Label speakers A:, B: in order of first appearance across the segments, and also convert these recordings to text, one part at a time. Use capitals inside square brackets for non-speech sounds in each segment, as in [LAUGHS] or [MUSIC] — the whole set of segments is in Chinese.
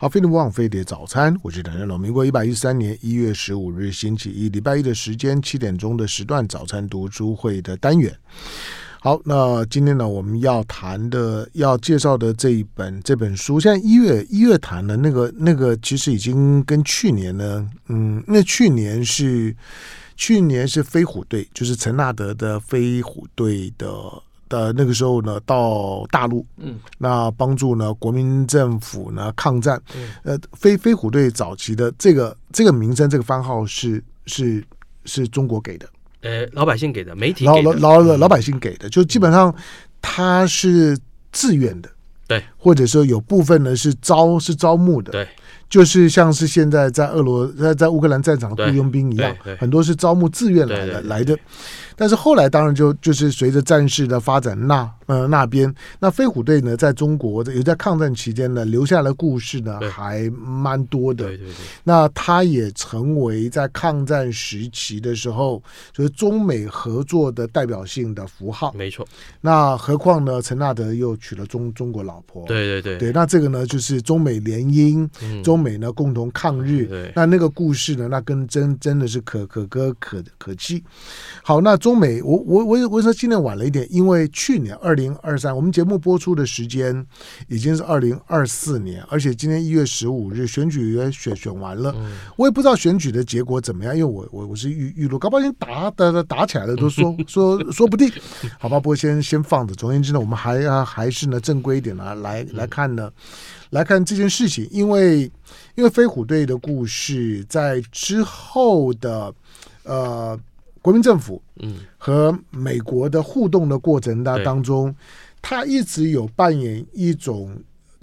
A: 好，飞碟网飞碟早餐，我是谭家龙。民国一百一十三年一月十五日星期一，礼拜一的时间七点钟的时段，早餐读书会的单元。好，那今天呢，我们要谈的、要介绍的这一本这本书，现在一月一月谈的那个那个，其实已经跟去年呢，嗯，那去年是去年是飞虎队，就是陈纳德的飞虎队的的那个时候呢，到大陆，
B: 嗯，
A: 那帮助呢国民政府呢抗战，呃，飞飞虎队早期的这个这个名称、这个番号是是是中国给的。
B: 呃，老百姓给的，媒体
A: 老
B: 给
A: 老
B: 的，嗯
A: 老老老百姓给的，就基本上他是自愿的，
B: 对，
A: 或者说有部分呢是招是招募的，
B: 对，
A: 就是像是现在在俄罗在在乌克兰战场雇
B: 对
A: 佣兵一样
B: 对对，
A: 很多是招募自愿来
B: 对
A: 的
B: 对对
A: 来的，但是后来当然就就是随着战事的发展，那呃那边那飞虎队呢，在中国有在抗战期间呢留下的故事呢
B: 对
A: 还蛮多的，
B: 对对对，
A: 那他也成为在抗战时期的时候，就是中美合作的代表性的符号。
B: 没错，
A: 那何况呢，陈纳德又娶了中中国老婆。
B: 对对对，
A: 对那这个呢，就是中美联姻，
B: 嗯
A: 中美呢共同抗日。
B: 对
A: 那那个故事呢，那跟真真的是可可歌可可泣。好，那中美，我我我我说今天晚了一点，因为去年二零二三，我们节目播出的时间已经是二零二四年，而且今天一月十五日选举也选选完了，
B: 嗯
A: 我也不知道选举的结果怎么样，因为我我我是预预录，搞不好已经打打打打起来了，都
B: [LAUGHS]
A: 说说说不定，好吧，不过先先放着。总而言之呢，我们还啊还是呢正规一点呢、
B: 嗯
A: 来来看呢，来看这件事情，因为因为飞虎队的故事在之后的呃国民政府
B: 嗯，
A: 和美国的互动的过程当
B: 对
A: 当中，他一直有扮演一种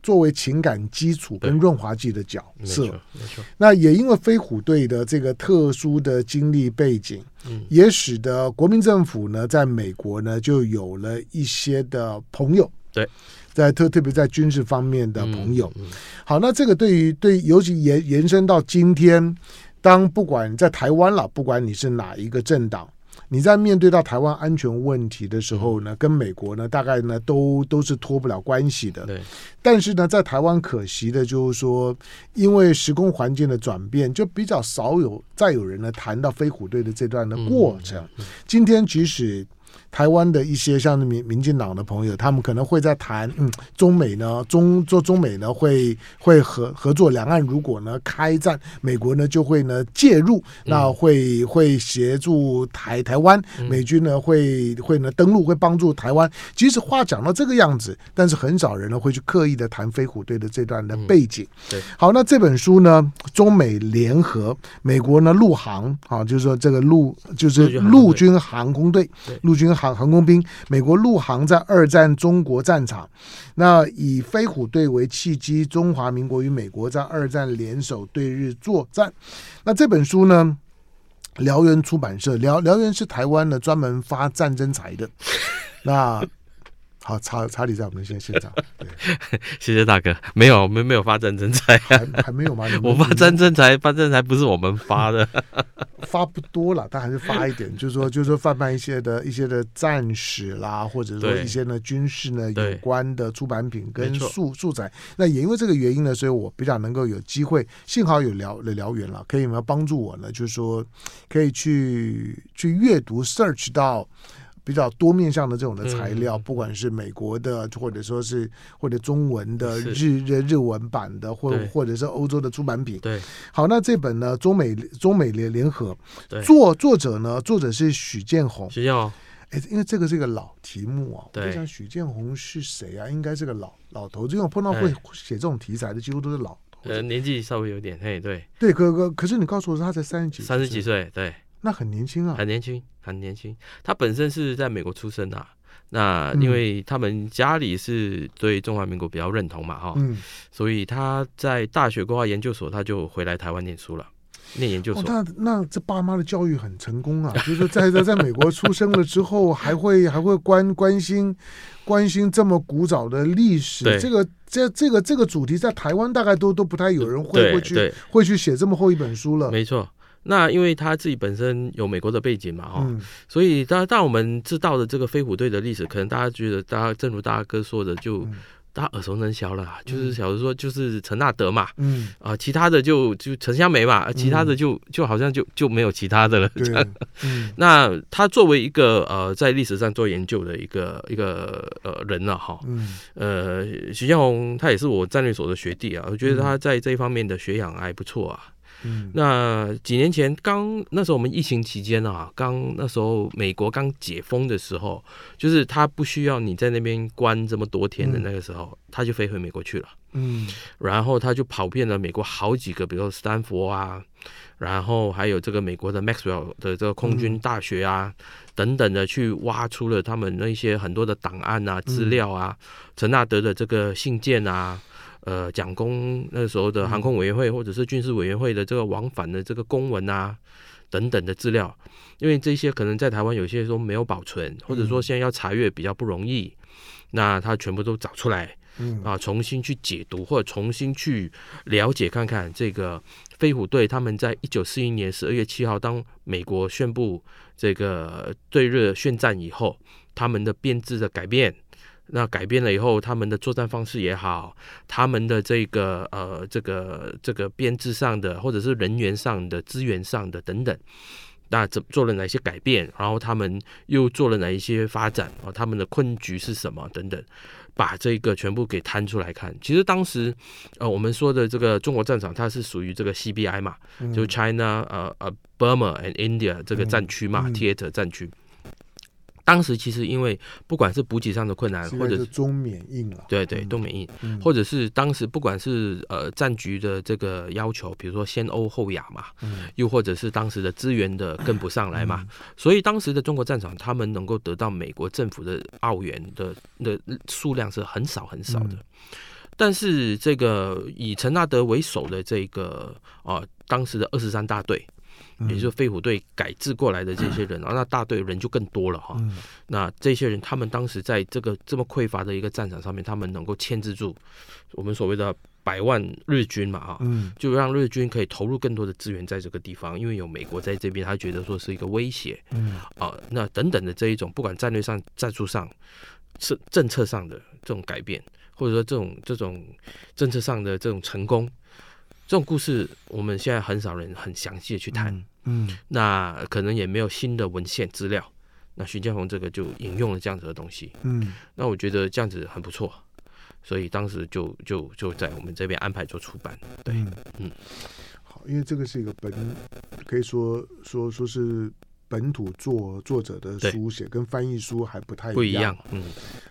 A: 作为情感基础跟
B: 对
A: 润滑剂的角
B: 没
A: 色
B: 错。没错，
A: 那也因为飞虎队的这个特殊的经历背景，
B: 嗯
A: 也使得国民政府呢，在美国呢就有了一些的朋友。
B: 对，
A: 在特特别在军事方面的朋友。
B: 嗯，嗯
A: 好，那这个对于对，尤其延延伸到今天，当不管在台湾了，不管你是哪一个政党。你在面对到台湾安全问题的时候呢，跟美国呢，大概呢都都是脱不了关系的。
B: 对，
A: 但是呢，在台湾可惜的就是说，因为时空环境的转变，就比较少有再有人呢谈到飞虎队的这段的过程。今天即使台湾的一些像是民民进党的朋友，他们可能会在谈，嗯，中美呢，中做中美呢会会合合作，两岸如果呢开战，美国呢就会呢介入，那会会协助台台湾，美军呢会会呢登陆，会帮助台湾。即使话讲到这个样子，但是很少人呢会去刻意的谈飞虎队的这段的背景。
B: 对
A: 好，那这本书呢，中美联合，美国呢陆航啊，就是说这个陆就是陆
B: 陆
A: 军航空队
B: 对、
A: 陆军航航空兵，美国陆航在二战中国战场，那以飞虎队为契机，中华民国与美国在二战联手对日作战。那这本书呢？辽源出版社，辽辽源是台湾的专门发战争财的。那好，查查理在我们的现现场，对，
B: 谢谢大哥，没有，我们没有发战争财，
A: 还还没有吗？你们
B: 我发战争财，发战财不是我们发
A: [LAUGHS]
B: 的，
A: 发不多了，但还是发一
B: [LAUGHS]
A: 点，就是说，就是说贩卖一些的一些的战史啦，或者说
B: 对
A: 一些呢军事呢
B: 对
A: 有关的出版品跟
B: 没错
A: 素素材。那也因为这个原因呢，所以我比较能够有机会，幸好有聊聊源了，可以呢帮助我呢，就是说可以去去阅读 search 到。比较多面向的这种的材
B: 嗯
A: 料，不管是美国的，或者说是或者中文的
B: 是
A: 日日日文版的，或
B: 对
A: 或者是欧洲的出版品，
B: 对，
A: 好，那这本呢，中美中美联联合
B: 对，
A: 作作者呢，作者是许建宏。
B: 学校
A: 哎，因为这个是个老题目啊，我
B: 对
A: 在想许建宏是谁啊？应该是个老老头子，因为我碰到会
B: 哎
A: 写这种题材的，几乎都是老头
B: 呃，
A: 子。
B: 年纪稍微有点，嘿，对，
A: 对，可可可是你告诉我，他才三十几，
B: 三十几，岁，对，
A: 那很年轻啊。
B: 很年轻，很年轻。他本身是在美国出生的、啊，那
A: 嗯
B: 因为他们家里是对中华民国比较认同嘛，哈、
A: 嗯，
B: 所以他在大学规划研究所，他就回来台湾念书了，念研究
A: 哦，
B: 所。
A: 那那这爸妈的教育很成功啊，就是说在在在美国出生了之后，还
B: [LAUGHS]
A: 会还会关关心关心这么古早的历史，
B: 对
A: 这个这这个这个主题在台湾大概都都不太有人会
B: 对
A: 会去
B: 对，
A: 会去写这么厚一本书了。
B: 没错。那因为他自己本身有美国的背景嘛，哈、
A: 嗯，
B: 所以当当我们知道的这个飞虎队的历史，可能大家觉得，大家正如大家哥说的，就
A: 嗯
B: 大家耳熟能详了啊，就是小时候就是陈纳德嘛，
A: 嗯，
B: 啊，其他的就就陈香梅嘛，啊其他的就就好像就 [LAUGHS] 就没有其他的了。 [LAUGHS]
A: 对，嗯
B: 那他作为一个呃在历史上做研究的一个一个呃人了、哈，
A: 嗯
B: 呃，徐建宏他也是我战略所的学弟啊，我觉得他在这一方面的学养还不错啊。
A: 嗯，
B: 那几年前刚那时候我们疫情期间啊，刚那时候美国刚解封的时候，就是他不需要你在那边关这么多天的那个时候，他就飞回美国去了。
A: 嗯
B: 然后他就跑遍了美国好几个，比如说斯坦福啊，然后还有这个美国的 Maxwell 的这个空军大学啊、等等的，去挖出了他们那些很多的档案啊、资料啊，陈纳德的这个信件啊。呃，蒋公那时候的航空委员会或者是军事委员会的这个往返的这个公文啊，等等的资料，因为这些可能在台湾有些说没有保存，或者说现在要查阅比较不容易，那他全部都找出来，
A: 嗯
B: 啊，重新去解读或者重新去了解看看这个飞虎队他们在一九四一年十二月七号，当美国宣布这个对日宣战以后，他们的编制的改变。那改变了以后，他们的作战方式也好，他们的这个呃这个这个编制上的，或者是人员上的、资源上的等等，那怎做了哪些改变？然后他们又做了哪一些发展啊？他们的困局是什么等等？把这个全部给摊出来看。其实当时，呃，我们说的这个中国战场，它是属于这个 CBI 嘛，
A: 嗯
B: 就 China 呃呃 Burma and India 这个战区嘛、
A: 嗯嗯
B: t h e a t e r 战区。当时其实因为不管是补给上的困难，
A: 现
B: 或
A: 在
B: 者
A: 就是中缅印了，
B: 对对
A: 嗯
B: 都没应，
A: 嗯
B: 或者是当时不管是呃战局的这个要求，比如说先欧后亚嘛，
A: 嗯
B: 又或者是当时的资源的跟不上来嘛，所以当时的中国战场，他们能够得到美国政府的澳元的的数量是很少很少的。
A: 嗯
B: 但是这个以陈纳德为首的这个啊、当时的二十三大队，
A: 嗯
B: 也就是飞虎队改制过来的这些人，啊，那大队人就更多了哈。
A: 嗯
B: 那这些人，他们当时在这个这么匮乏的一个战场上面，他们能够牵制住我们所谓的百万日军嘛啊，
A: 嗯
B: 就让日军可以投入更多的资源在这个地方，因为有美国在这边，他觉得说是一个威胁
A: 嗯
B: 啊、那等等的这一种，不管战略上、战术上、是政策上的这种改变，或者说这种这种政策上的这种成功，这种故事我们现在很少人很详细的去谈，
A: 嗯
B: 那可能也没有新的文献资料。那徐建宏这个就引用了这样子的东西，
A: 嗯
B: 那我觉得这样子很不错，所以当时就就就在我们这边安排做出版。对
A: 嗯
B: 嗯
A: 好，因为这个是一个本，可以说说说是本土作作者的
B: 对
A: 书写，跟翻译书还不太
B: 不一样。，嗯，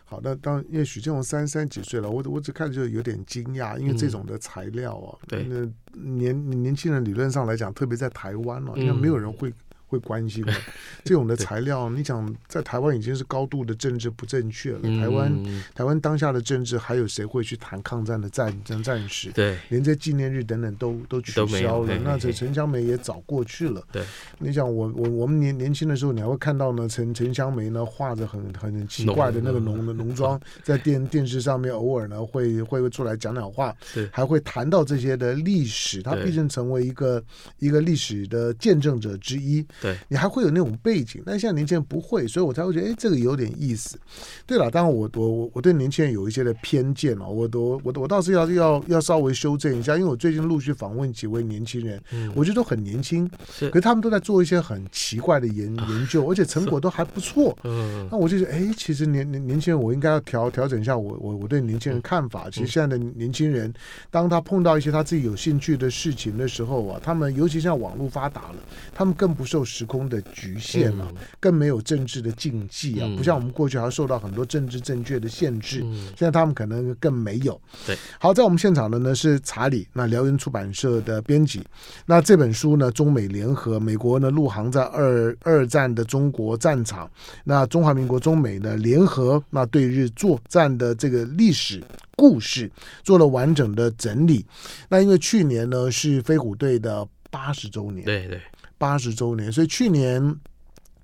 A: 好，那当然，因为许建宏三三十几岁了，我我只看就有点惊讶，因为这
B: 嗯
A: 种的材料啊，
B: 对
A: 那年年轻人理论上来讲，特别在台湾了、啊，应该
B: 嗯
A: 没有人会。会关心的
B: [LAUGHS]
A: 这种的
B: 对
A: 材料，你想在台湾已经是高度的政治不正确了。台湾
B: 嗯
A: 台湾当下的政治，还有谁会去谈抗战的战争战史？
B: 对
A: 连这纪念日等等都都取
B: 都没有
A: 消了
B: 嘿。
A: 那
B: 嘿
A: 这
B: 嘿
A: 陈香梅也早过去了。
B: 对，
A: 你想我我我们年年轻的时候，你还会看到呢，陈陈香梅呢画着很很奇怪的那个
B: 浓
A: 浓的浓
B: [LAUGHS]
A: 妆，在电电视上面偶尔呢会会出来讲讲话
B: 是，
A: 还会谈到这些的历史，他
B: 对
A: 毕竟成为一个一个历史的见证者之一。
B: 对，
A: 你还会有那种背景，但现在年轻人不会，所以我才会觉得，哎，这个有点意思。对了，当然我我我我对年轻人有一些的偏见哦，我我我我倒是要要要稍微修正一下，因为我最近陆续访问几位年轻人，
B: 嗯
A: 我觉得都很年轻，
B: 是
A: 可是他们都在做一些很奇怪的
B: [LAUGHS]
A: 研研究，而且成果都还不错。
B: 嗯
A: 那我就觉得，哎，其实年年年轻人，我应该要调调整一下我我我对年轻人看
B: 嗯
A: 法。其实现在的年轻人，当他碰到一些他自己有兴趣的事情的时候啊，他们尤其现在网络发达了，他们更不受时空的局限了、
B: 嗯
A: 更没有政治的禁忌啊，
B: 嗯
A: 不像我们过去还受到很多政治正确的限制。
B: 嗯，
A: 现在他们可能更没有。
B: 对，
A: 好，在我们现场的呢是查理，那辽源出版社的编辑。那这本书呢，中美联合，美国呢陆航在二二战的中国战场，那中华民国中美呢联合，那对日作战的这个历史。故事做了完整的整理，那因为去年呢是飞虎队的八十周年，
B: 对对，
A: 八十周年，所以去年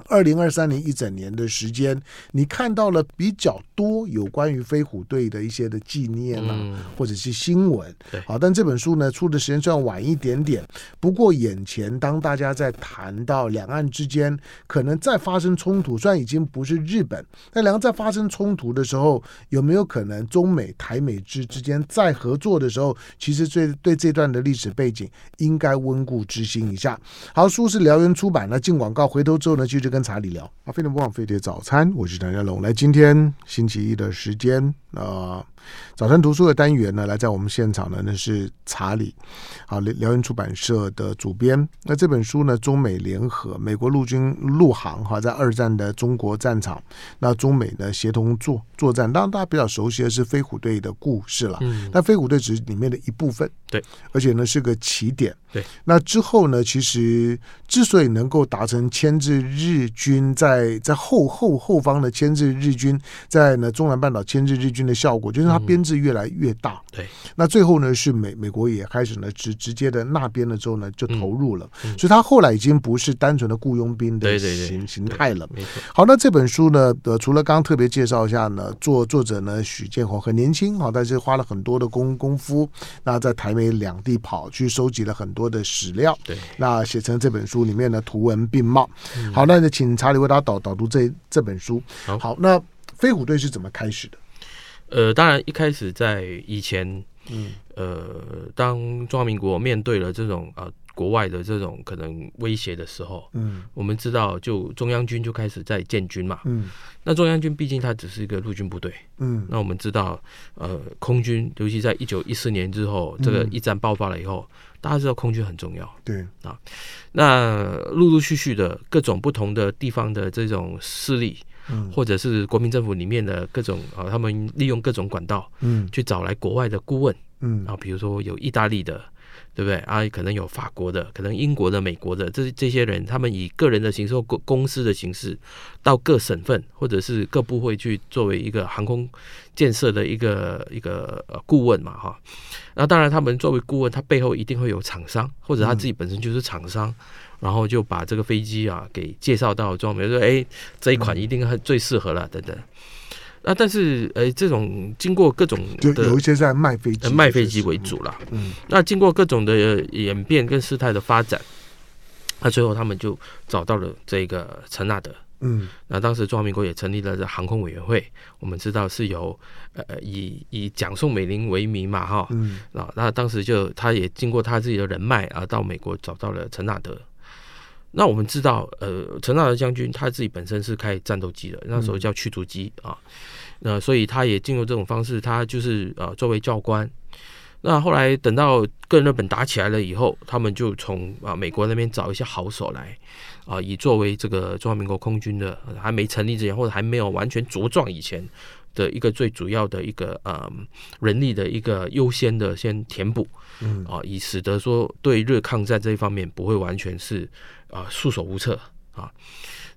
A: 二零二三年一整年的时间，你看到了比较多有关于飞虎队的一些的纪念啊，
B: 嗯
A: 或者是新闻
B: 对。
A: 好，但这本书呢出的时间虽然晚一点点，不过眼前当大家在谈到两岸之间可能再发生冲突，虽然已经不是日本，但两岸在发生冲突的时候，有没有可能中美台美之之间再合作的时候，其实对对这段的历史背景应该温故知新一下。好，书是燎原出版那进广告，回头之后呢，继续跟查理聊。啊，非常不枉飞碟早餐，我是谭家龙。来，今天星期一的时间，呃，早餐读书的单元呢，来在我们现场呢，那是查理，好，燎燎原出版社的主编。那这本书呢，中美联合，美国陆军陆航哈，在二战的中国战场，那中美呢协同作作战，当然大家比较熟悉的是飞虎队的故事了。
B: 嗯，
A: 那飞虎队只是里面的一部分，
B: 对，
A: 而且呢是个起点，
B: 对。
A: 那之后呢，其实之所以能够达成牵制日军在在后后后方的牵制日军在呢中南半岛牵制日军的效果，就是它编制越来越大，
B: 嗯对。
A: 那最后呢，是美美国也开始呢直直接的那边了之后呢就投入了，
B: 嗯嗯
A: 所以他后来已经不是单纯的雇佣兵的
B: 对对对
A: 形形态了。
B: 没错，
A: 好，那这本书呢，呃，除了刚刚特别介绍一下呢，作作者呢许建宏很年轻哈，但是花了很多的功功夫，那在台美两地跑去收集了很多的史料，
B: 对，
A: 那写成这本书里面呢图文并茂。好，那就请查理为大家导导读这这本书。
B: 嗯好
A: 那飞虎队是怎么开始的？
B: 呃，当然一开始在以前，
A: 嗯，
B: 呃，当中华民国面对了这种呃国外的这种可能威胁的时候，
A: 嗯
B: 我们知道就中央军就开始在建军嘛。
A: 嗯
B: 那中央军毕竟它只是一个陆军部队，
A: 嗯
B: 那我们知道，呃，空军尤其在一九一四年之后，这个
A: 嗯
B: 一战爆发了以后，大家知道空军很重要。
A: 对，
B: 那陆陆续续的各种不同的地方的这种势力，
A: 嗯
B: 或者是国民政府里面的各种啊、呃他们利用各种管道
A: 嗯
B: 去找来国外的顾问
A: 嗯
B: 啊，比如说有意大利的，对不对啊？可能有法国的，可能英国的、美国的，这这些人，他们以个人的形式或公公司的形式，到各省份或者是各部会去作为一个航空建设的一个一个呃顾问嘛，哈。那当然，他们作为顾问，他背后一定会有厂商，或者他自己本身就是厂商。然后就把这个飞机啊给介绍到装备，说哎这一款
A: 嗯
B: 一定很最适合了等等。那但是呃这种经过各种
A: 就
B: 的
A: 有一些在卖飞机
B: 呃
A: 的，
B: 卖飞机为主啦。
A: 嗯。
B: 那经过各种的呃演变跟事态的发展，那最后他们就找到了这个陈纳德。
A: 嗯
B: 那当时中华民国也成立了这航空委员会，我们知道是由呃以以蒋宋美龄为名嘛哈，
A: 嗯
B: 啊，那当时就他也经过他自己的人脉啊，到美国找到了陈纳德。那我们知道，呃，陈纳德将军他自己本身是开战斗机的，那时候叫驱逐机啊，那所以他也进入这种方式，他就是呃作为教官。那后来等到跟日本打起来了以后，他们就从啊、美国那边找一些好手来，啊、以作为这个中华民国空军的呃还没成立之前，或者还没有完全茁壮以前的一个最主要的一个呃人力的一个优先的先填补
A: 嗯
B: 啊，以使得说对日抗战这一方面不会完全是啊束手无策啊。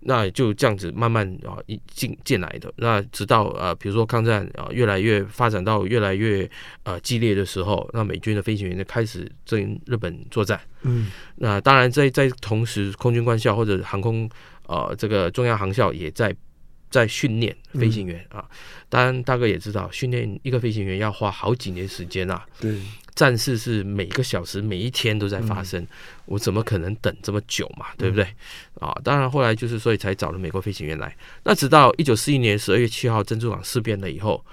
B: 那就这样子慢慢啊一进进来的，那直到啊比如说抗战啊越来越发展到越来越呃激烈的时候，那美军的飞行员就开始跟日本作战。
A: 嗯
B: 那当然在，在同时，空军官校或者航空呃这个中央航校也在在训练飞行员、啊。当然，大哥也知道，训练一个飞行员要花好几年时间啊。
A: 对，
B: 战事是每个小时、每一天都在发
A: 嗯
B: 生，我怎么可能等这么久嘛？对不对？啊，当然后来就是所以才找了美国飞行员来。那直到一九四一年十二月七号珍珠港事变了以后，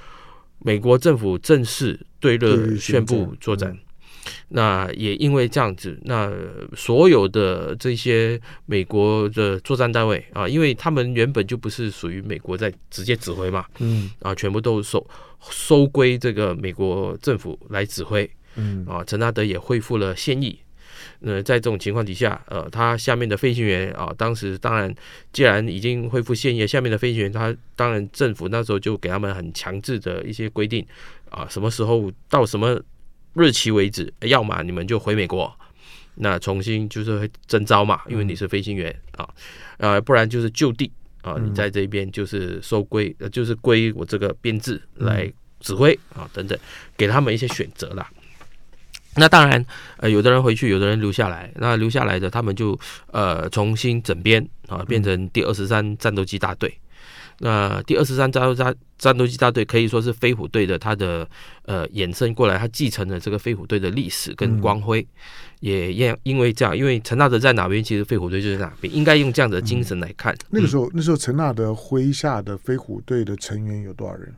B: 美国政府正式对
A: 对
B: 日
A: 日
B: 宣
A: 宣
B: 布
A: 战
B: 作战
A: 嗯。
B: 那也因为这样子，那所有的这些美国的作战单位啊，因为他们原本就不是属于美国在直接指挥嘛，
A: 嗯
B: 啊，全部都收收归这个美国政府来指挥。
A: 嗯
B: 啊，陈纳德也恢复了现役。呃，在这种情况底下，呃，他下面的飞行员啊，当时当然，既然已经恢复现役，下面的飞行员他当然政府那时候就给他们很强制的一些规定啊，什么时候到什么日期为止，要么你们就回美国，那重新就是会征召嘛，因为
A: 嗯
B: 你是飞行员啊，呃，不然就是就地啊，你
A: 嗯
B: 在这边就是收归，呃就是归
A: 嗯
B: 我这个编制来指挥啊等等，给他们一些选择啦。那当然，呃，有的人回去，有的人留下来。那留下来的，他们就呃重新整编
A: 嗯
B: 啊，变成第二十三战斗机大队。那、第二十三战斗战战斗机大队可以说是飞虎队的它的呃衍生过来，它继承了这个飞虎队的历史跟光辉，
A: 嗯
B: 也也因为这样，因为陈纳德在哪边，其实飞虎队就是哪边，应该用这样的精神来看。
A: 嗯那个时
B: 候，
A: 候，那时候陈纳德麾下的飞虎队的成员有多少人？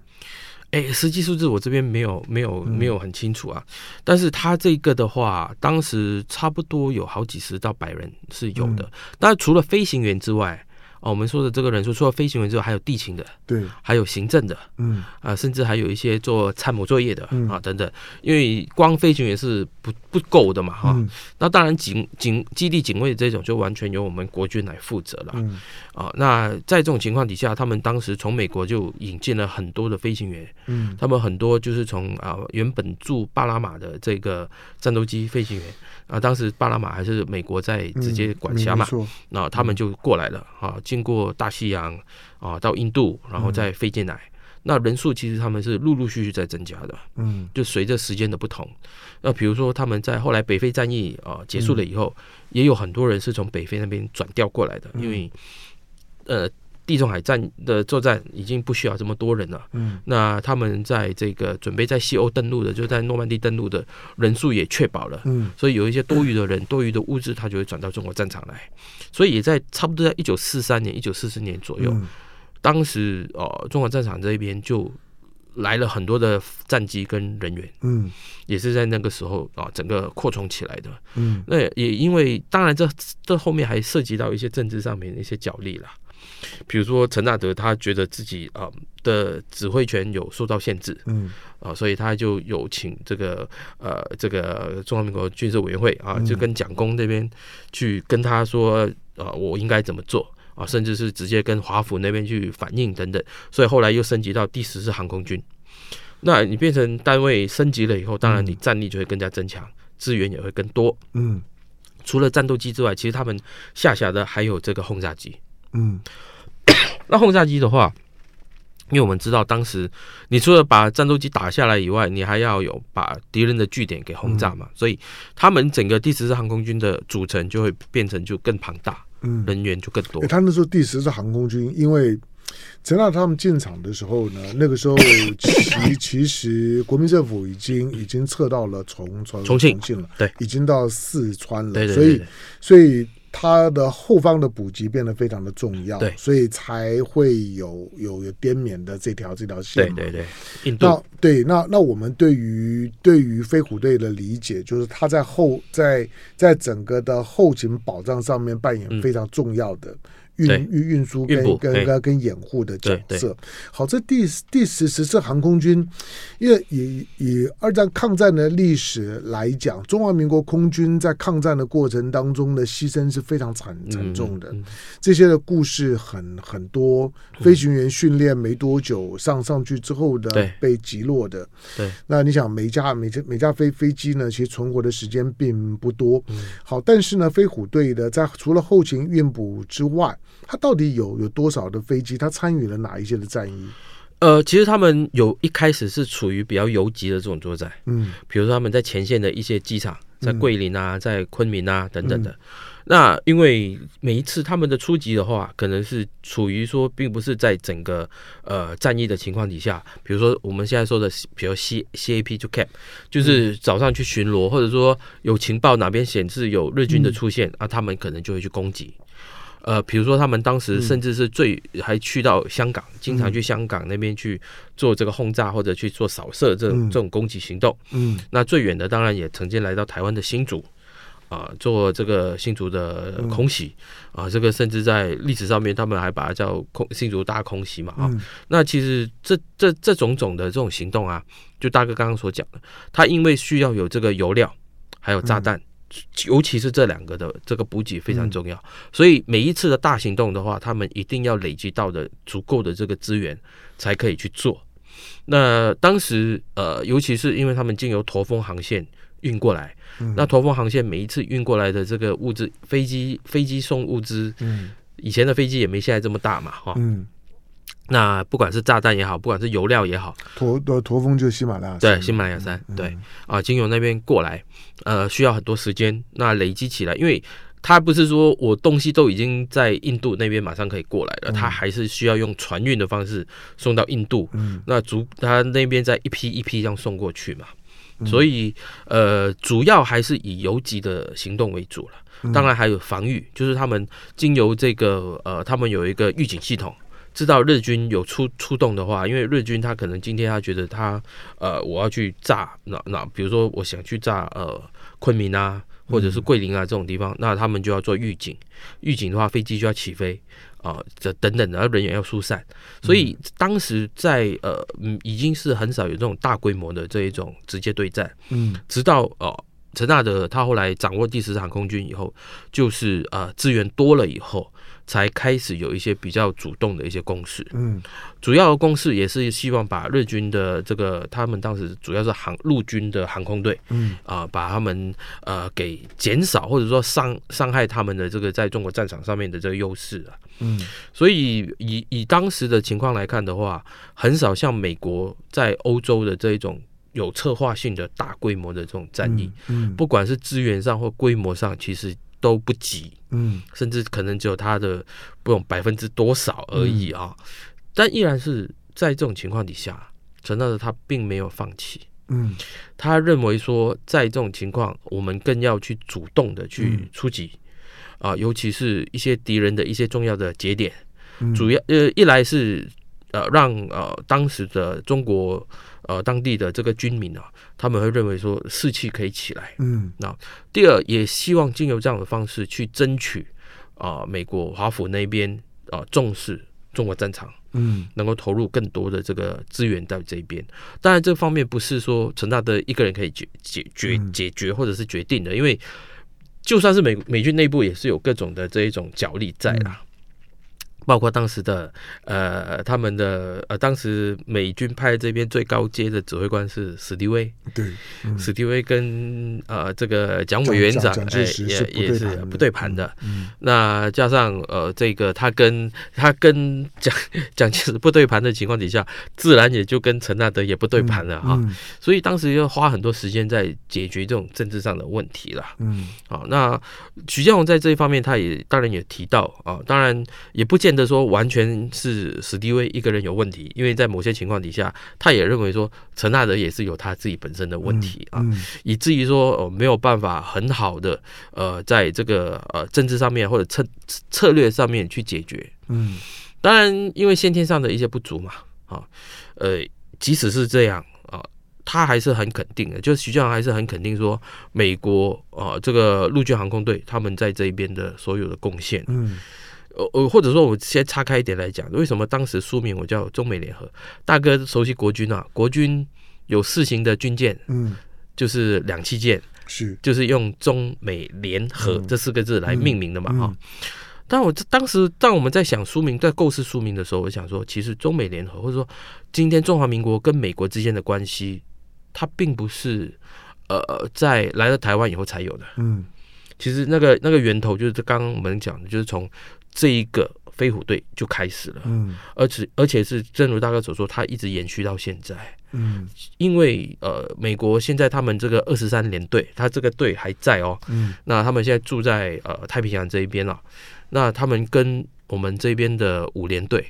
B: 哎、实际数字我这边没有没有
A: 嗯
B: 没有很清楚啊，但是他这个的话，当时差不多有好几十到百人是有
A: 嗯
B: 的。当然，除了飞行员之外，哦，我们说的这个人数，除了飞行员之外，还有地勤的，
A: 对，
B: 还有行政的，
A: 嗯，
B: 啊，甚至还有一些做参谋作业的
A: 嗯
B: 啊等等，因为光飞行员是不不够的嘛哈、
A: 嗯
B: 那当然警警基地警卫这种就完全由我们国军来负责了、
A: 嗯
B: 啊。那在这种情况底下，他们当时从美国就引进了很多的飞行员，
A: 嗯
B: 他们很多就是从啊、原本驻巴拿马的这个战斗机飞行员啊，当时巴拿马还是美国在
A: 嗯，
B: 直接管
A: 没
B: 辖嘛
A: 没，错
B: 那他们就过来了啊，经过大西洋啊到印度，然后再飞进来。那人数其实他们是陆陆续续在增加的，
A: 嗯
B: 就随着时间的不同。那比如说他们在后来北非战役啊结束了以后，
A: 嗯
B: 也有很多人是从北非那边转调过来的，因为呃地中海战的作战已经不需要这么多人了。
A: 嗯
B: 那他们在这个准备在西欧登陆的，就在诺曼底登陆的人数也确保了。
A: 嗯
B: 所以有一些多余的人、多余的物资，他就会转到中国战场来。所以也在差不多在一九四三年、一九四四年左右，
A: 嗯
B: 当时呃中国战场这边就来了很多的战机跟人员，
A: 嗯
B: 也是在那个时候啊、整个扩充起来的。
A: 嗯
B: 那也因为当然这这后面还涉及到一些政治上面的一些角力啦。比如说陈纳德，他觉得自己啊、呃的指挥权有受到限制，
A: 嗯
B: 啊，所以他就有请这个呃这个中华民国军事委员会啊，
A: 嗯
B: 就跟蒋公这边去跟他说，呃，我应该怎么做啊，甚至是直接跟华府那边去反映等等，所以后来又升级到第十四航空军。那你变成单位升级了以后，当然你战力就会更加增强，资源也会更多。
A: 嗯
B: 除了战斗机之外，其实他们下辖的还有这个轰炸机。
A: 嗯
B: 那轰炸机的话，因为我们知道当时你除了把战斗机打下来以外，你还要有把敌人的据点给轰炸嘛，
A: 嗯
B: 所以他们整个第十四航空军的组成就会变成就更庞大，
A: 嗯。
B: 人员就更多
A: 欸。他那时候第十是航空军，因为陈纳他们进场的时候呢，那个时候
B: [COUGHS]
A: 其其实国民政府已经已经撤到了重重
B: 重庆
A: 了，
B: 对，
A: 已经到四川了，
B: 对对
A: 所
B: 对
A: 以
B: 对，
A: 所以它的后方的补给变得非常的重要，
B: 对
A: 所以才会有有有滇缅的这条这条线
B: 对
A: 嘛，
B: 对对，印
A: 那
B: 度
A: 对，那那我们对于对于飞虎队的理解，就是他在后在在整个的后勤保障上面扮演
B: 嗯
A: 非常重要的运
B: 对
A: 运运输
B: 运
A: 跟
B: 补
A: 跟
B: 对
A: 跟跟掩护的角
B: 对
A: 色。好，这第第十十次航空军，因为以以二战抗战的历史来讲，中华民国空军在抗战的过程当中的牺牲是非常惨惨重的。
B: 嗯
A: 这些的故事很很多，飞行员训练没多久上上去之后的
B: 对
A: 被击落的，
B: 对，
A: 那你想每一架每架每架飞飞机呢，其实存活的时间并不多。
B: 嗯
A: 好，但是呢，飞虎队的在除了后勤运补之外，它到底有有多少的飞机？它参与了哪一些的战役？
B: 呃，其实他们有一开始是处于比较游击的这种作战，
A: 嗯
B: 比如说他们在前线的一些机场，在桂林啊，在昆明啊等等的。那因为每一次他们的出击的话，可能是处于说，并不是在整个呃战役的情况底下，比如说我们现在说的，比如 C C A P 就 cap，就是早上去巡逻，或者说有情报哪边显示有日军的出现、啊，他们可能就会去攻击。呃，比如说他们当时甚至是最还去到香港，经常去香港那边去做这个轰炸或者去做扫射这种、
A: 嗯
B: 这种攻击行动。
A: 嗯
B: 那最远的当然也曾经来到台湾的新竹，啊、做这个新竹的
A: 嗯
B: 空袭，啊、这个甚至在历史上面他们还把它叫空新竹大空袭嘛啊、
A: 嗯
B: 那其实这这这种种的这种行动啊，就大哥刚刚所讲的，他因为需要有这个油料，还有炸弹。尤其是这两个的这个补给非常重要，所以每一次的大行动的话，他们一定要累积到的足够的这个资源，才可以去做。那当时呃，尤其是因为他们经由驼峰航线运过来，
A: 嗯
B: 那驼峰航线每一次运过来的这个物资，飞机飞机送物资，
A: 嗯
B: 以前的飞机也没现在这么大嘛，哈、
A: 嗯
B: 那不管是炸弹也好，不管是油料也好，
A: 驼呃驼峰就是喜马拉雅山
B: 对，
A: 嘛，
B: 喜啊马拉雅山，对啊，经由那边过来，呃，需要很多时间，那累积起来，因为它不是说我东西都已经在印度那边马上可以过来了，它还是需要用船运的方式送到印度，
A: 嗯
B: 那足它那边再一批一批这样送过去嘛。所以，呃，主要还是以游击的行动为主了。当然还有防御，就是他们经由这个呃，他们有一个预警系统，知道日军有出出动的话，因为日军他可能今天他觉得他呃，我要去炸那那，比如说我想去炸呃昆明啊，或者是桂林啊这种地方，那他们就要做预警。预警的话，飞机就要起飞啊，这、等等的，然后人员要疏散。所以当时在呃，嗯，已经是很少有这种大规模的这一种直接对战，
A: 嗯
B: 直到呃，陈纳德他后来掌握第十航空军以后，就是呃资源多了以后，才开始有一些比较主动的一些攻势。
A: 嗯
B: 主要的攻势也是希望把日军的这个他们当时主要是航陆军的航空队
A: 嗯
B: 啊、把他们呃给减少或者说伤伤害他们的这个在中国战场上面的这个优势啊。
A: 嗯
B: 所以以以当时的情况来看的话，很少像美国在欧洲的这一种有策划性的大规模的这种战役，
A: 嗯
B: 不管是资源上或规模上，其实都不及，
A: 嗯
B: 甚至可能只有它的不懂百分之多少而已啊。
A: 嗯
B: 但依然是在这种情况底下，陈纳德他并没有放弃。
A: 嗯
B: 他认为说，在这种情况，我们更要去主动的去
A: 嗯
B: 出击，啊、尤其是一些敌人的一些重要的节点，
A: 嗯
B: 主要呃，一来是呃让呃当时的中国呃当地的这个军民啊，他们会认为说士气可以起来；
A: 嗯
B: 第二，也希望经由这样的方式去争取啊、呃美国华府那边啊、呃重视中国战场。
A: 嗯
B: 能够投入更多的这个资源到这一边。当然，这方面不是说陈大德一个人可以解解决
A: 嗯
B: 解决或者是决定的，因为就算是美美军内部也是有各种的这一种角力在啦。
A: 嗯
B: 包括当时的呃，他们的呃，当时美军派这边最高阶的指挥官是史迪威，
A: 对，嗯
B: 史迪威跟呃这个蒋委员
A: 蒋
B: 长
A: 蒋，蒋
B: 哎
A: 介石
B: 也
A: 是不
B: 也
A: 对
B: 是
A: 盘的
B: 不对盘的，
A: 嗯
B: 那加上呃，这个他跟 [LAUGHS] 他跟蒋 [LAUGHS] 蒋介石不对盘的情况底下，自然也就跟陈纳德也不对盘了哈、
A: 嗯
B: 所以当时要花很多时间在解决这种政治上的问题啦。
A: 嗯
B: 啊，那徐建宏在这一方面，他也当然也提到啊，当然也不见得说完全是史迪威一个人有问题，因为在某些情况底下，他也认为说陈纳德也是有他自己本身的问题啊。
A: 嗯
B: 以至于说呃没有办法很好的呃在这个呃政治上面或者策策略上面去解决。
A: 嗯
B: 当然，因为先天上的一些不足嘛，啊，呃，即使是这样啊，他还是很肯定的，就是徐教授还是很肯定说美国啊这个陆军航空队他们在这一边的所有的贡献。
A: 嗯
B: 呃呃，或者说我先岔开一点来讲，为什么当时书名我叫中美联合？大哥熟悉国军啊，国军有四型的军舰，
A: 嗯
B: 就是两栖舰。
A: 是
B: 就是用中美联合
A: 嗯
B: 这四个字来命名的嘛
A: 嗯
B: 哈、但我这当时当我们在想书名在构思书名的时候，我想说，其实中美联合或者说今天中华民国跟美国之间的关系，它并不是呃在来到台湾以后才有的。
A: 嗯
B: 其实那个那个源头就是刚刚我们讲的，就是从这一个飞虎队就开始了，
A: 嗯
B: 而且而且是正如大哥所说，它一直延续到现在。
A: 嗯
B: 因为呃，美国现在他们这个二十三联队，他这个队还在哦。
A: 嗯
B: 那他们现在住在呃太平洋这一边了、那他们跟我们这边的五联队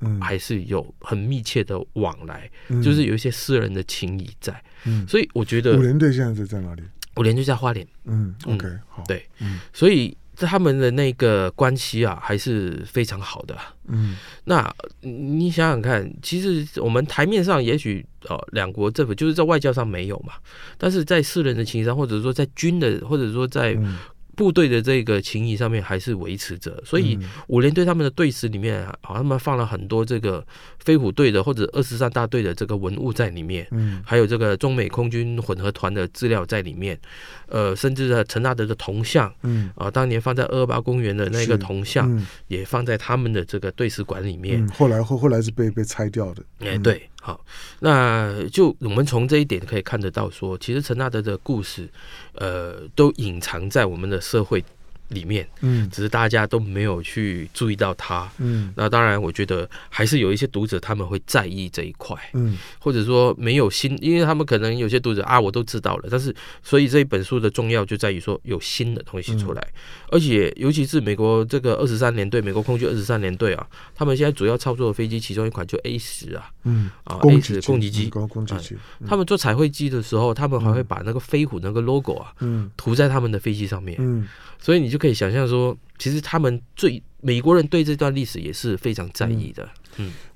A: 嗯，
B: 还是有很密切的往来，
A: 嗯
B: 哎就是有一些私人的情谊在。
A: 嗯
B: 所以我觉
A: 五
B: 得
A: 连队现在在在哪里？
B: 五联就在花莲，
A: 嗯
B: 嗯
A: ，OK，好，
B: 对
A: 嗯，
B: 所以他们的那个关系啊还是非常好的。
A: 嗯
B: 那嗯你想想看，其实我们台面上也许呃两国政府就是在外交上没有嘛，但是在私人的情谊上，或者说在军的，或者说在
A: 嗯，
B: 部队的这个情谊上面还是维持着。所以
A: 嗯
B: 五连队他们的队史里面啊，好像他们放了很多这个飞虎队的或者二十三大队的这个文物在里面。
A: 嗯
B: 还有这个中美空军混合团的资料在里面，呃，甚至呢，陈纳德的铜像
A: 嗯
B: 啊、当年放在二二八公园的那个
A: 是
B: 铜像，
A: 嗯
B: 也放在他们的这个队史馆里面。
A: 嗯，后来后后来是被被拆掉的，
B: 哎、
A: 嗯
B: 对，好，那就我们从这一点可以看得到说其实陈纳德的故事，呃，都隐藏在我们的社会里面，
A: 嗯
B: 只是大家都没有去注意到它。
A: 嗯
B: 那当然，我觉得还是有一些读者他们会在意这一块，
A: 嗯
B: 或者说没有新，因为他们可能有些读者啊，我都知道了，但是所以这一本书的重要就在于说有新的东西出来，
A: 嗯
B: 而且尤其是美国这个二十三联队，美国空军二十三联队啊，他们现在主要操作的飞机其中一款就 A 十啊，
A: 嗯，
B: 啊 A
A: 攻击机
B: 十攻击机啊
A: 嗯，攻攻击机，
B: 他们做彩绘机的时候，他们还会把那个飞虎那个 logo 啊
A: 嗯
B: 涂在他们的飞机上面，
A: 嗯
B: 所以你就可以想象说，其实他们最美国人对这段历史也是非常在意的。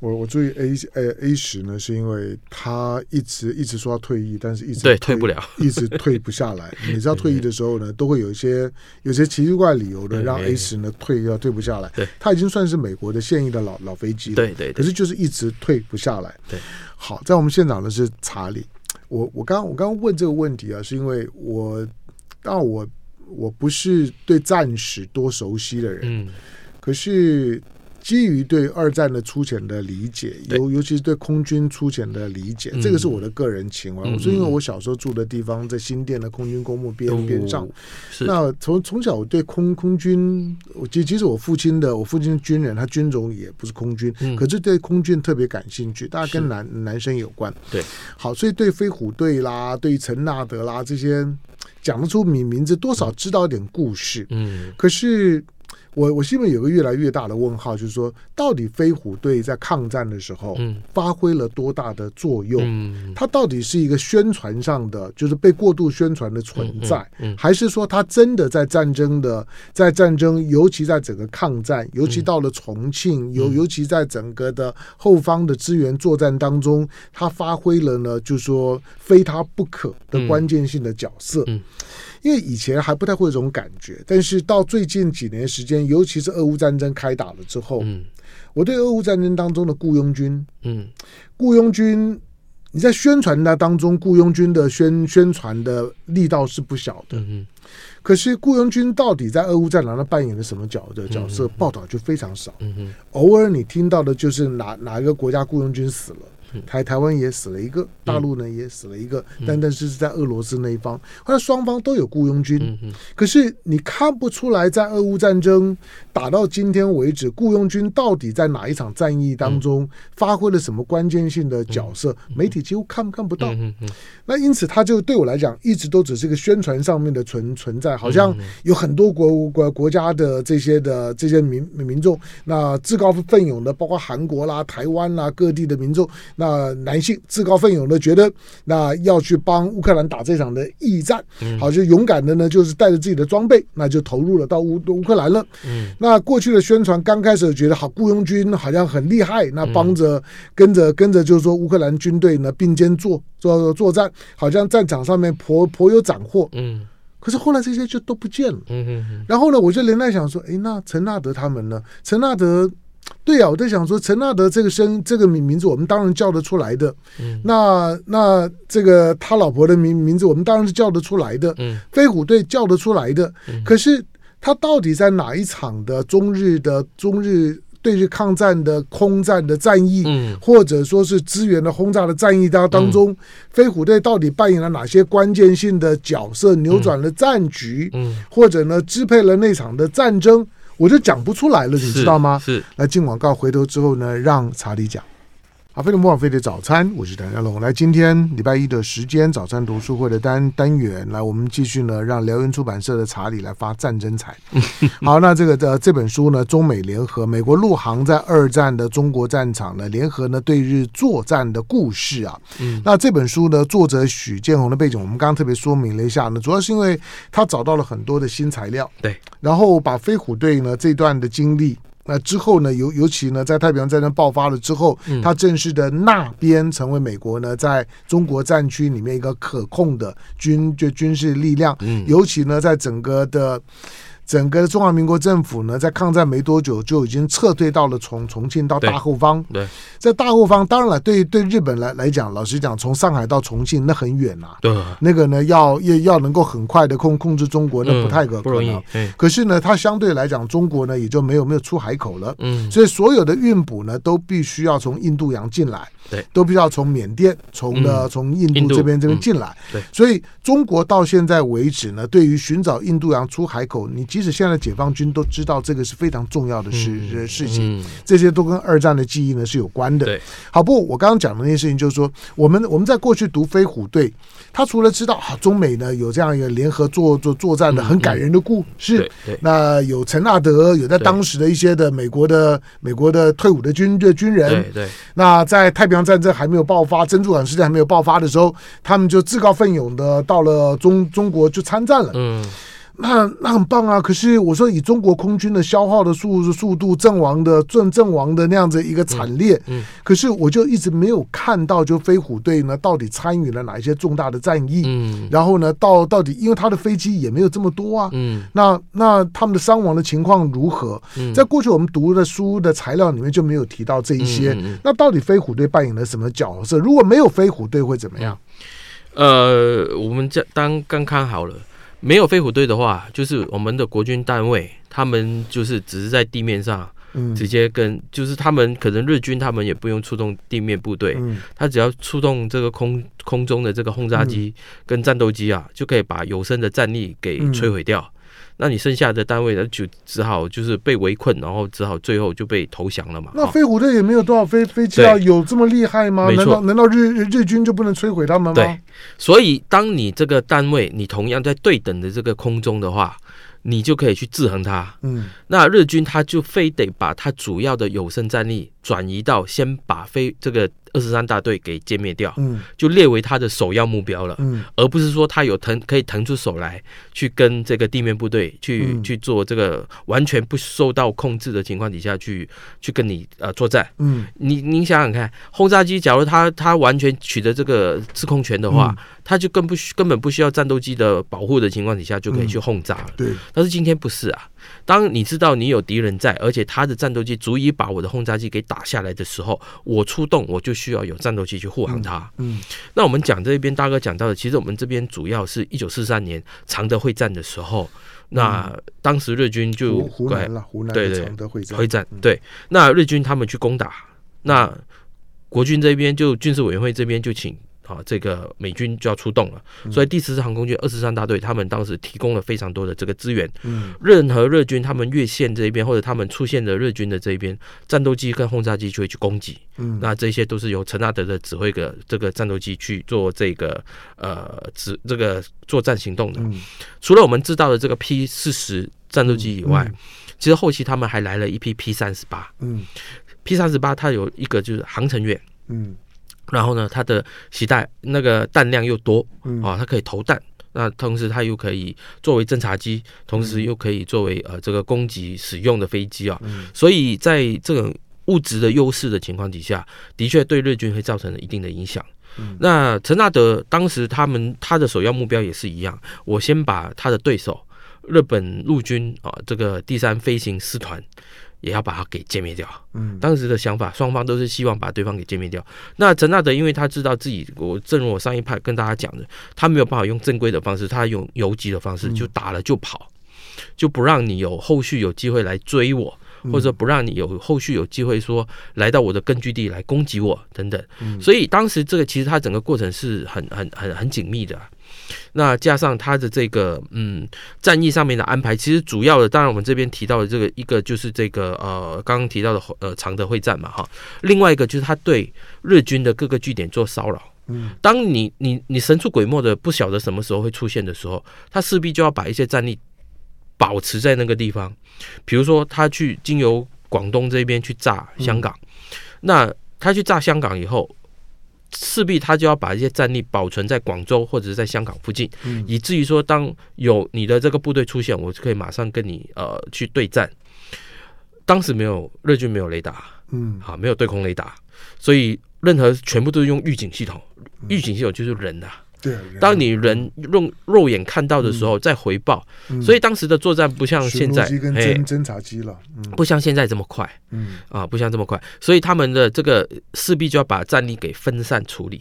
A: 我我注意 A 呃 A 十呢，是因为他一直一直说要退役，但是一直
B: 对，退不，了，
A: [LAUGHS] 一直退不下来。你知道退役的时候呢，都会有一些有些奇奇怪理由的，
B: 嗯
A: 让
B: 嗯
A: A 十呢退要退不下来。
B: 对，
A: 他已经算是美国的现役的老老飞机了。
B: 对对
A: 可
B: 对，
A: 是就是一直退不下来。
B: 对，
A: 好，在我们现场的是查理。我我刚我刚问这个问题啊，是因为我当然我我不是对战史多熟悉的人，
B: 嗯，
A: 可是基于对二战的粗浅的理解，
B: 对
A: 尤尤其是对空军粗浅的理解，
B: 嗯
A: 这个是我的个人情怀。
B: 嗯
A: 我是因为
B: 嗯嗯
A: 我小时候住的地方在新店的空军公墓边边上
B: 哦，是
A: 那从从小我对空空军，我其其实我父亲的我父亲是军人，他军种也不是空军，
B: 嗯
A: 可是对空军特别感兴趣，大家
B: 是
A: 跟男男生有关。
B: 对，
A: 好，所以对飞虎队啦，对陈纳德啦这些讲得出名名字，多少知道一点故事。
B: 嗯
A: 可是我我心里面有个越来越大的问号，就是说到底飞虎队在抗战的时候、
B: 嗯
A: 发挥了多大的作用？
B: 嗯，
A: 它到底是一个宣传上的，就是被过度宣传的存在，
B: 嗯嗯嗯
A: 还是说它真的在战争的，在战争，尤其在整个抗战，尤其到了重庆，
B: 嗯
A: 尤、尤其在整个的后方的支援作战当中，它发挥了呢，就说非它不可的关键性的角色。
B: 嗯嗯
A: 因为以前还不太会有这种感觉，但是到最近几年时间，尤其是俄乌战争开打了之后，
B: 嗯
A: 我对俄乌战争当中的雇佣军
B: 嗯
A: 雇佣军，你在宣传的当中，雇佣军的宣宣传的力道是不小的。
B: 嗯
A: 可是雇佣军到底在俄乌战场上扮演了什么角的角色，报道就非常少。
B: 嗯
A: 偶尔你听到的就是哪哪一个国家雇佣军死
B: 嗯
A: 了，台台湾也死了一个，大陆呢也死了一个，但但是是在俄罗斯那一方，后来双方都有雇佣军。
B: 嗯嗯
A: 可是你看不出来，在俄乌战争打到今天为止，雇佣军到底在哪一场战役当中
B: 嗯
A: 发挥了什么关键性的角色？媒体几乎看看不到。
B: 嗯嗯，
A: 那因此，它就对我来讲，一直都只是一个宣传上面的存存在，好像有很多国国国家的这些的这些民民众，那自告奋勇的，包括韩国啦、台湾啦各地的民众，那男性自告奋勇的觉得，那要去帮乌克兰打这场的义战，好就勇敢的呢，就是带着自己的装备，那就投入了到乌乌克兰了。那过去的宣传刚开始觉得好，雇佣军好像很厉害，那帮着、跟着跟着，就是说乌克兰军队呢并肩作作作战，好像战场上面颇颇有斩获。
B: 嗯
A: 可是后来这些就都不见了。
B: 嗯
A: 然后呢，我就连带想说，诶，那陈纳德他们呢？陈纳德，对呀、啊我在想说，陈纳德这个声这个名名字，我们当然叫得出来的。
B: 嗯
A: 那那这个他老婆的名名字，我们当然是叫得出来的。
B: 嗯
A: 飞虎队叫得出来的。可是他到底在哪一场的中日的中日对日抗战的空战的战役，
B: 嗯
A: 或者说是支援的轰炸的战役当当中，飞虎队到底扮演了哪些关键性的角色，扭转了战局，
B: 嗯，
A: 或者呢支配了那场的战争？我就讲不出来了，你知道吗？
B: 是
A: 来进广告，回头之后呢，让查理讲。好，飞利莫尔菲的早餐，我是谭家龙。来，今天礼拜一的时间，早餐读书会的单单元，来，我们继续呢，让辽源出版社的查理来发战争财。好，那这个的、呃这本书呢，中美联合，美国陆航在二战的中国战场呢，联合呢对日作战的故事啊。
B: 嗯
A: 那这本书呢，作者许建宏的背景，我们刚刚特别说明了一下呢，主要是因为他找到了很多的新材料，
B: 对，
A: 然后把飞虎队呢这段的经历。那之后呢？尤尤其呢，在太平洋战争爆发了之后，
B: 嗯
A: 他正式的那边成为美国呢在中国战区里面一个可控的军就军事力量。
B: 嗯
A: 尤其呢，在整个的整个中华民国政府呢，在抗战没多久就已经撤退到了从重庆到
B: 对
A: 大后方。
B: 对
A: 在大后方，当然了，对对日本来来讲，老实讲，从上海到重庆那很远啊。
B: 对，
A: 那个呢，要要要能够很快的控控制中国，那不太可可
B: 不容易
A: 能。，啊
B: 嗯
A: 可是呢，它相对来讲，中国呢也就没有没有出海口了。
B: 嗯
A: 所以所有的运补呢，都必须要从印度洋进来，
B: 对，嗯
A: 都必须要从缅甸、从呢、从印
B: 印
A: 度
B: 度
A: 这边这边
B: 嗯
A: 进来，
B: 对
A: 所以中国到现在为止呢，对于寻找印度洋出海口，你基即使现在解放军都知道这个是非常重要的事、
B: 嗯
A: 呃事情，
B: 嗯，
A: 这些都跟二战的记忆呢是有关的。
B: 对，
A: 好，不过我刚刚讲的那些事情，就是说，我们我们在过去读飞虎队，他除了知道啊，中美呢有这样一个联合作作作战的
B: 嗯
A: 很感人的故事，
B: 对对
A: 那有陈纳德，有在
B: 对
A: 当时的一些的美国的美国的退伍的军的军人
B: 对，对，
A: 那在太平洋战争还没有爆发，珍珠港事件还没有爆发的时候，他们就自告奋勇的到了中中国去参战了。
B: 嗯，
A: 那那很棒啊！可是我说，以中国空军的消耗的速速度、阵亡的阵阵亡的那样子一个惨烈，
B: 嗯嗯
A: 可是我就一直没有看到，就飞虎队呢到底参与了哪一些重大的战役？
B: 嗯
A: 然后呢，到到底因为他的飞机也没有这么多啊，
B: 嗯
A: 那那他们的伤亡的情况如何？
B: 嗯，
A: 在过去我们读的书的材料里面就没有提到这一些。
B: 嗯嗯嗯
A: 那到底飞虎队扮演了什么角色？如果没有飞虎队会怎么样？
B: 呃，我们这当刚看好了，没有飞虎队的话，就是我们的国军单位，他们就是只是在地面上
A: 嗯
B: 直接跟，就是他们可能日军他们也不用出动地面部队，
A: 嗯
B: 他只要出动这个空空中的这个轰炸机跟战斗机啊，就可以把有生的战力给
A: 嗯
B: 摧毁掉。那你剩下的单位呢，就只好就是被围困，然后只好最后就被投降了嘛。
A: 那
B: 哈
A: 飞虎队也没有多少飞飞机啊，
B: 对
A: 有这么厉害吗？
B: 没
A: 难
B: 错
A: 道难道日日日军就不能摧毁他们吗？
B: 对，所以当你这个单位，你同样在对等的这个空中的话，你就可以去制衡它。
A: 嗯
B: 那日军他就非得把他主要的有生战力转移到先把非这个二十三大队给歼灭掉，
A: 嗯
B: 就列为他的首要目标了。
A: 嗯
B: 而不是说他有腾可以腾出手来去跟这个地面部队去、
A: 嗯
B: 去做这个完全不受到控制的情况底下去去跟你呃作战。
A: 嗯，
B: 你你想想看，轰炸机假如它它完全取得这个制空权的话，它就更不需根本不需要战斗机的保护的情况底下就可以去轰炸了。
A: 对，
B: 但是今天不是啊，当你知道你有敌人在，而且他的战斗机足以把我的轰炸机给打下来的时候，我出动我就需要有战斗机去护航它。
A: 嗯
B: 那我们讲这边大哥讲到的，其实我们这边主要是一九四三年常德会战的时候，那当时日军就
A: 湖湖南了，湖南
B: 对
A: 的
B: 对
A: 常德会战
B: 会，战，对，那日军他们去攻打，那国军这边就军事委员会这边就请啊，这个美军就要出动了，所以第十次航空军二十三大队他们当时提供了非常多的这个资源，
A: 嗯
B: 任何日军他们越线这边或者他们出现的日军的这边战斗机跟轰炸机就会去攻击，
A: 嗯，
B: 那这些都是由陈纳德的指挥的这个战斗机去做这个呃指这个作战行动的。
A: 嗯
B: 除了我们知道的这个 P 四十战斗机以外，其实后期他们还来了一批 P 三十八。
A: 嗯
B: P 三十八它有一个就是航程远，
A: 嗯
B: 然后呢它的携带那个弹量又多
A: 嗯
B: 啊，它可以投弹。那同时，它又可以作为侦察机，同时又可以作为呃这个攻击使用的飞机啊、
A: 嗯
B: 所以在这种物质的优势的情况底下，的确对日军会造成了一定的影响。
A: 嗯
B: 那陈纳德当时他们他的首要目标也是一样，我先把他的对手日本陆军啊这个第三飞行师团也要把它给歼灭掉。
A: 嗯
B: 当时的想法，双方都是希望把对方给歼灭掉。那陈纳德因为他知道自己，我正如我上一派跟大家讲的，他没有办法用正规的方式，他用游击的方式，
A: 嗯
B: 就打了就跑，就不让你有后续有机会来追我，
A: 嗯
B: 或者不让你有后续有机会说来到我的根据地来攻击我等等。
A: 嗯
B: 所以当时这个其实它整个过程是很很很很紧密的啊、那加上它的这个嗯战役上面的安排，其实主要的，当然我们这边提到的这个一个就是这个呃刚刚提到的呃常德会战嘛哈，另外一个就是他对日军的各个据点做骚扰。
A: 嗯
B: 当你你你神出鬼没的不晓得什么时候会出现的时候，他势必就要把一些战力保持在那个地方，比如说他去经由广东这边去炸香港，那他去炸香港以后，势必他就要把一些战力保存在广州或者是在香港附近，
A: 嗯
B: 以至于说当有你的这个部队出现，我就可以马上跟你呃去对战。当时没有日军没有雷达，
A: 嗯
B: 啊，没有对空雷达，所以任何全部都是用预警系统。
A: 嗯
B: 预警系统就是人啊，
A: 对啊，
B: 当你人用肉眼看到的时候再回报，
A: 嗯
B: 所以当时的作战不像
A: 巡
B: 现
A: 逻
B: 在
A: 机，跟
B: 哎
A: 侦，侦察机了，嗯
B: 不像现在这么快
A: 嗯
B: 啊，不像这么快，所以他们的这个势必就要把战力给分散处理。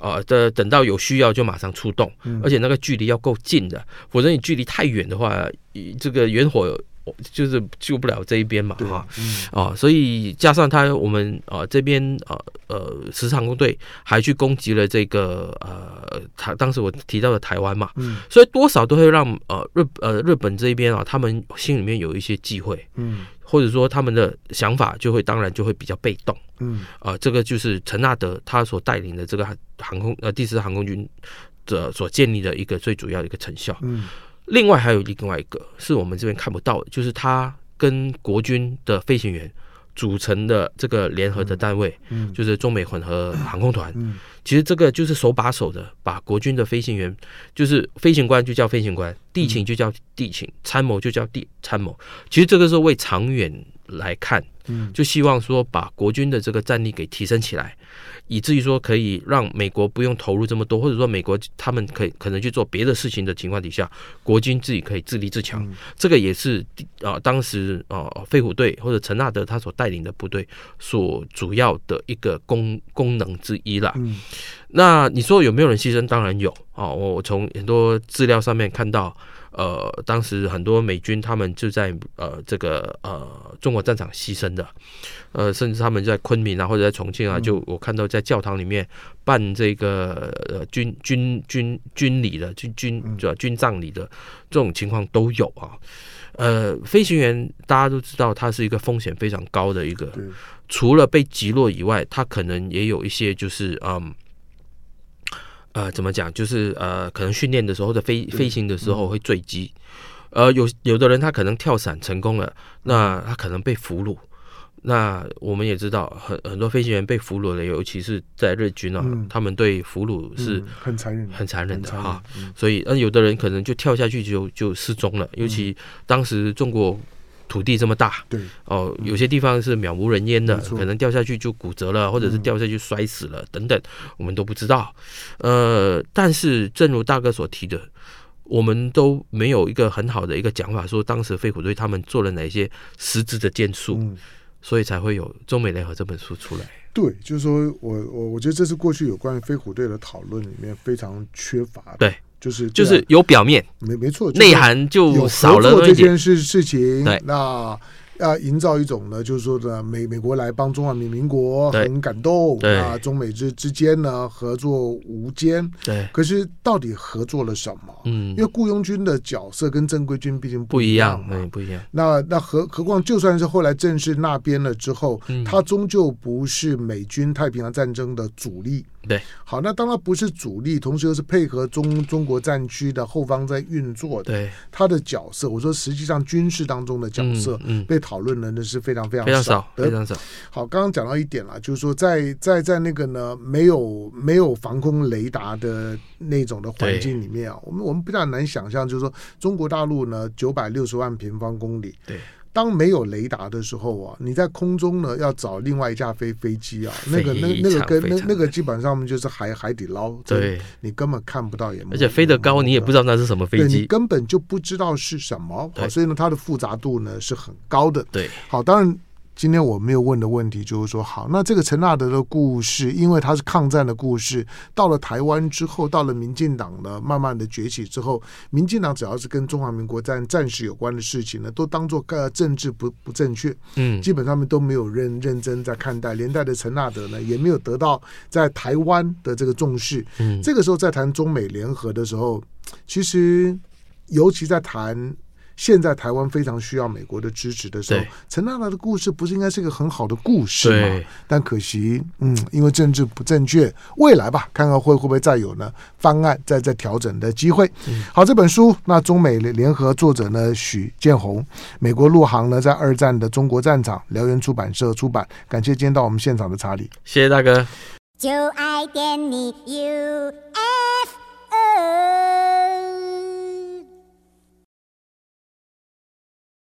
B: 啊、的等到有需要就马上出动，
A: 嗯
B: 而且那个距离要够近的，否则你距离太远的话，呃这个远火就是救不了这一边嘛，
A: 对
B: 哈，，
A: 嗯
B: 哦，所以加上他我们呃这边呃呃时常工队还去攻击了这个呃他当时我提到的台湾嘛，
A: 嗯
B: 所以多少都会让呃日呃日本这边啊，他们心里面有一些忌讳，
A: 嗯
B: 或者说他们的想法就会当然就会比较被动。
A: 嗯
B: 啊，这个就是陈纳德他所带领的这个航航空呃第四航空军的所建立的一个最主要的一个成效。
A: 嗯
B: 另外还有另外一个是我们这边看不到的，就是他跟国军的飞行员组成的这个联合的单位，
A: 嗯
B: 就是中美混合航空团。
A: 嗯
B: 其实这个就是手把手的把国军的飞行员，就是飞行官就叫飞行官，地勤就叫地勤，参谋就叫地参谋。其实这个是为长远来看。
A: 嗯
B: 就希望说把国军的这个战力给提升起来，以至于说可以让美国不用投入这么多，或者说美国他们可以可能去做别的事情的情况底下，国军自己可以自立自强。
A: 嗯
B: 这个也是啊、呃当时啊、呃飞虎队或者陈纳德他所带领的部队所主要的一个功功能之一啦。
A: 嗯
B: 那你说有没有人牺牲？当然有啊、哦！我我从很多资料上面看到，呃，当时很多美军他们就在呃这个呃中国战场牺牲的，呃，甚至他们在昆明啊或者在重庆啊，
A: 嗯
B: 就我看到在教堂里面办这个呃军军军军礼的军军
A: 嗯
B: 呃军葬礼的这种情况都有啊。呃，飞行员大家都知道，他是一个风险非常高的一个
A: 对，
B: 除了被击落以外，他可能也有一些就是嗯。呃，怎么讲？就是呃，可能训练的时候或者飞
A: 对
B: 飞行的时候会坠机，呃，有有的人他可能跳伞成功了，那他可能被俘虏。那我们也知道，很很多飞行员被俘虏了，尤其是在日军啊，
A: 嗯
B: 他们对俘虏是
A: 嗯很残忍的，
B: 很残忍的哈、
A: 很残忍，嗯
B: 所以，呃，有的人可能就跳下去就就失踪了，尤其当时中国土地这么大，
A: 嗯对，
B: 哦，有些地方是渺无人烟的，
A: 没错
B: 可能掉下去就骨折了，或者是
A: 嗯
B: 掉下去摔死了、等等，我们都不知道。呃，但是正如大哥所提的，我们都没有一个很好的一个讲法，说当时飞虎队他们做了哪些实质的建树，
A: 嗯。
B: 所以才会有《中美联合》这本书出来。
A: 对，啊就是说我我我觉得这是过去有关于飞虎队的讨论里面非常缺乏的，
B: 对，
A: 就是
B: 就
A: 对啊
B: 是有表面，
A: 没没错，就是
B: 内涵就
A: 有
B: 少
A: 合
B: 了
A: 作
B: 那么
A: 这
B: 一点。
A: 件事事情
B: 对，
A: 那要营造一种呢，就是说呢，美美国来帮中华民民国
B: 对
A: 很感动，
B: 对
A: 那中美之之间呢合作无间，
B: 对，
A: 可是到底合作了什么？
B: 嗯
A: 因为，雇佣军的角色跟正规军毕竟
B: 不一
A: 一
B: 样，
A: 嘛。
B: 嗯，不一样。
A: 那那何何况，就算是后来正式那边了之后，
B: 嗯
A: 它终究不是美军太平洋战争的主力。
B: 对，
A: 好，那当它不是主力，同时又是配合中中国战区的后方在运作的，
B: 对，
A: 他的角色，我说实际上军事当中的角色。
B: 嗯，
A: 被讨论的呢是非常非
B: 嗯非常
A: 常
B: 少，
A: 的
B: 非。常少。
A: 好，刚刚讲到一点了，就是说在在在那个呢没有没有防空雷达的那种的环境里面啊，我们我们比较难想象，就是说中国大陆呢九百六十万平方公里，
B: 对，
A: 当没有雷达的时候啊，你在空中呢要找另外一架飞飞机啊，那个那
B: 非常
A: 那个跟
B: 非
A: 那
B: 常
A: 那个基本上就是海海底捞，，
B: 对，
A: 你根本看不到也摸不
B: 而
A: 到，
B: 且飞得高，你也不知道那是什么飞
A: 对你
B: 机。
A: 根本就不知道是什么，
B: 对
A: 好，所以呢，它的复杂度呢是很高的。
B: 对，
A: 好，当然今天我没有问的问题就是说，好，那这个陈纳德的故事，因为他是抗战的故事，到了台湾之后，到了民进党呢慢慢的崛起之后，民进党只要是跟中华民国战战事有关的事情呢，都当做呃政治不不正确，
B: 嗯，
A: 基本上面都没有认认真在看待，连带的陈纳德呢也没有得到在台湾的这个重视。
B: 嗯
A: 这个时候在谈中美联合的时候，其实尤其在谈。现在台湾非常需要美国的支持的时候
B: 对，
A: 陈纳德的故事不是应该是一个很好的故事吗
B: 对？，
A: 但可惜，嗯，因为政治不正确，未来吧，看看会会不会再有呢方案再再调整的机会。好，这本书那中美联合作者呢许建宏，美国陆航呢在二战的中国战场，辽源出版社出版。感谢今天到我们现场的查理。
B: 谢谢大哥。
C: 就爱点你 UFO。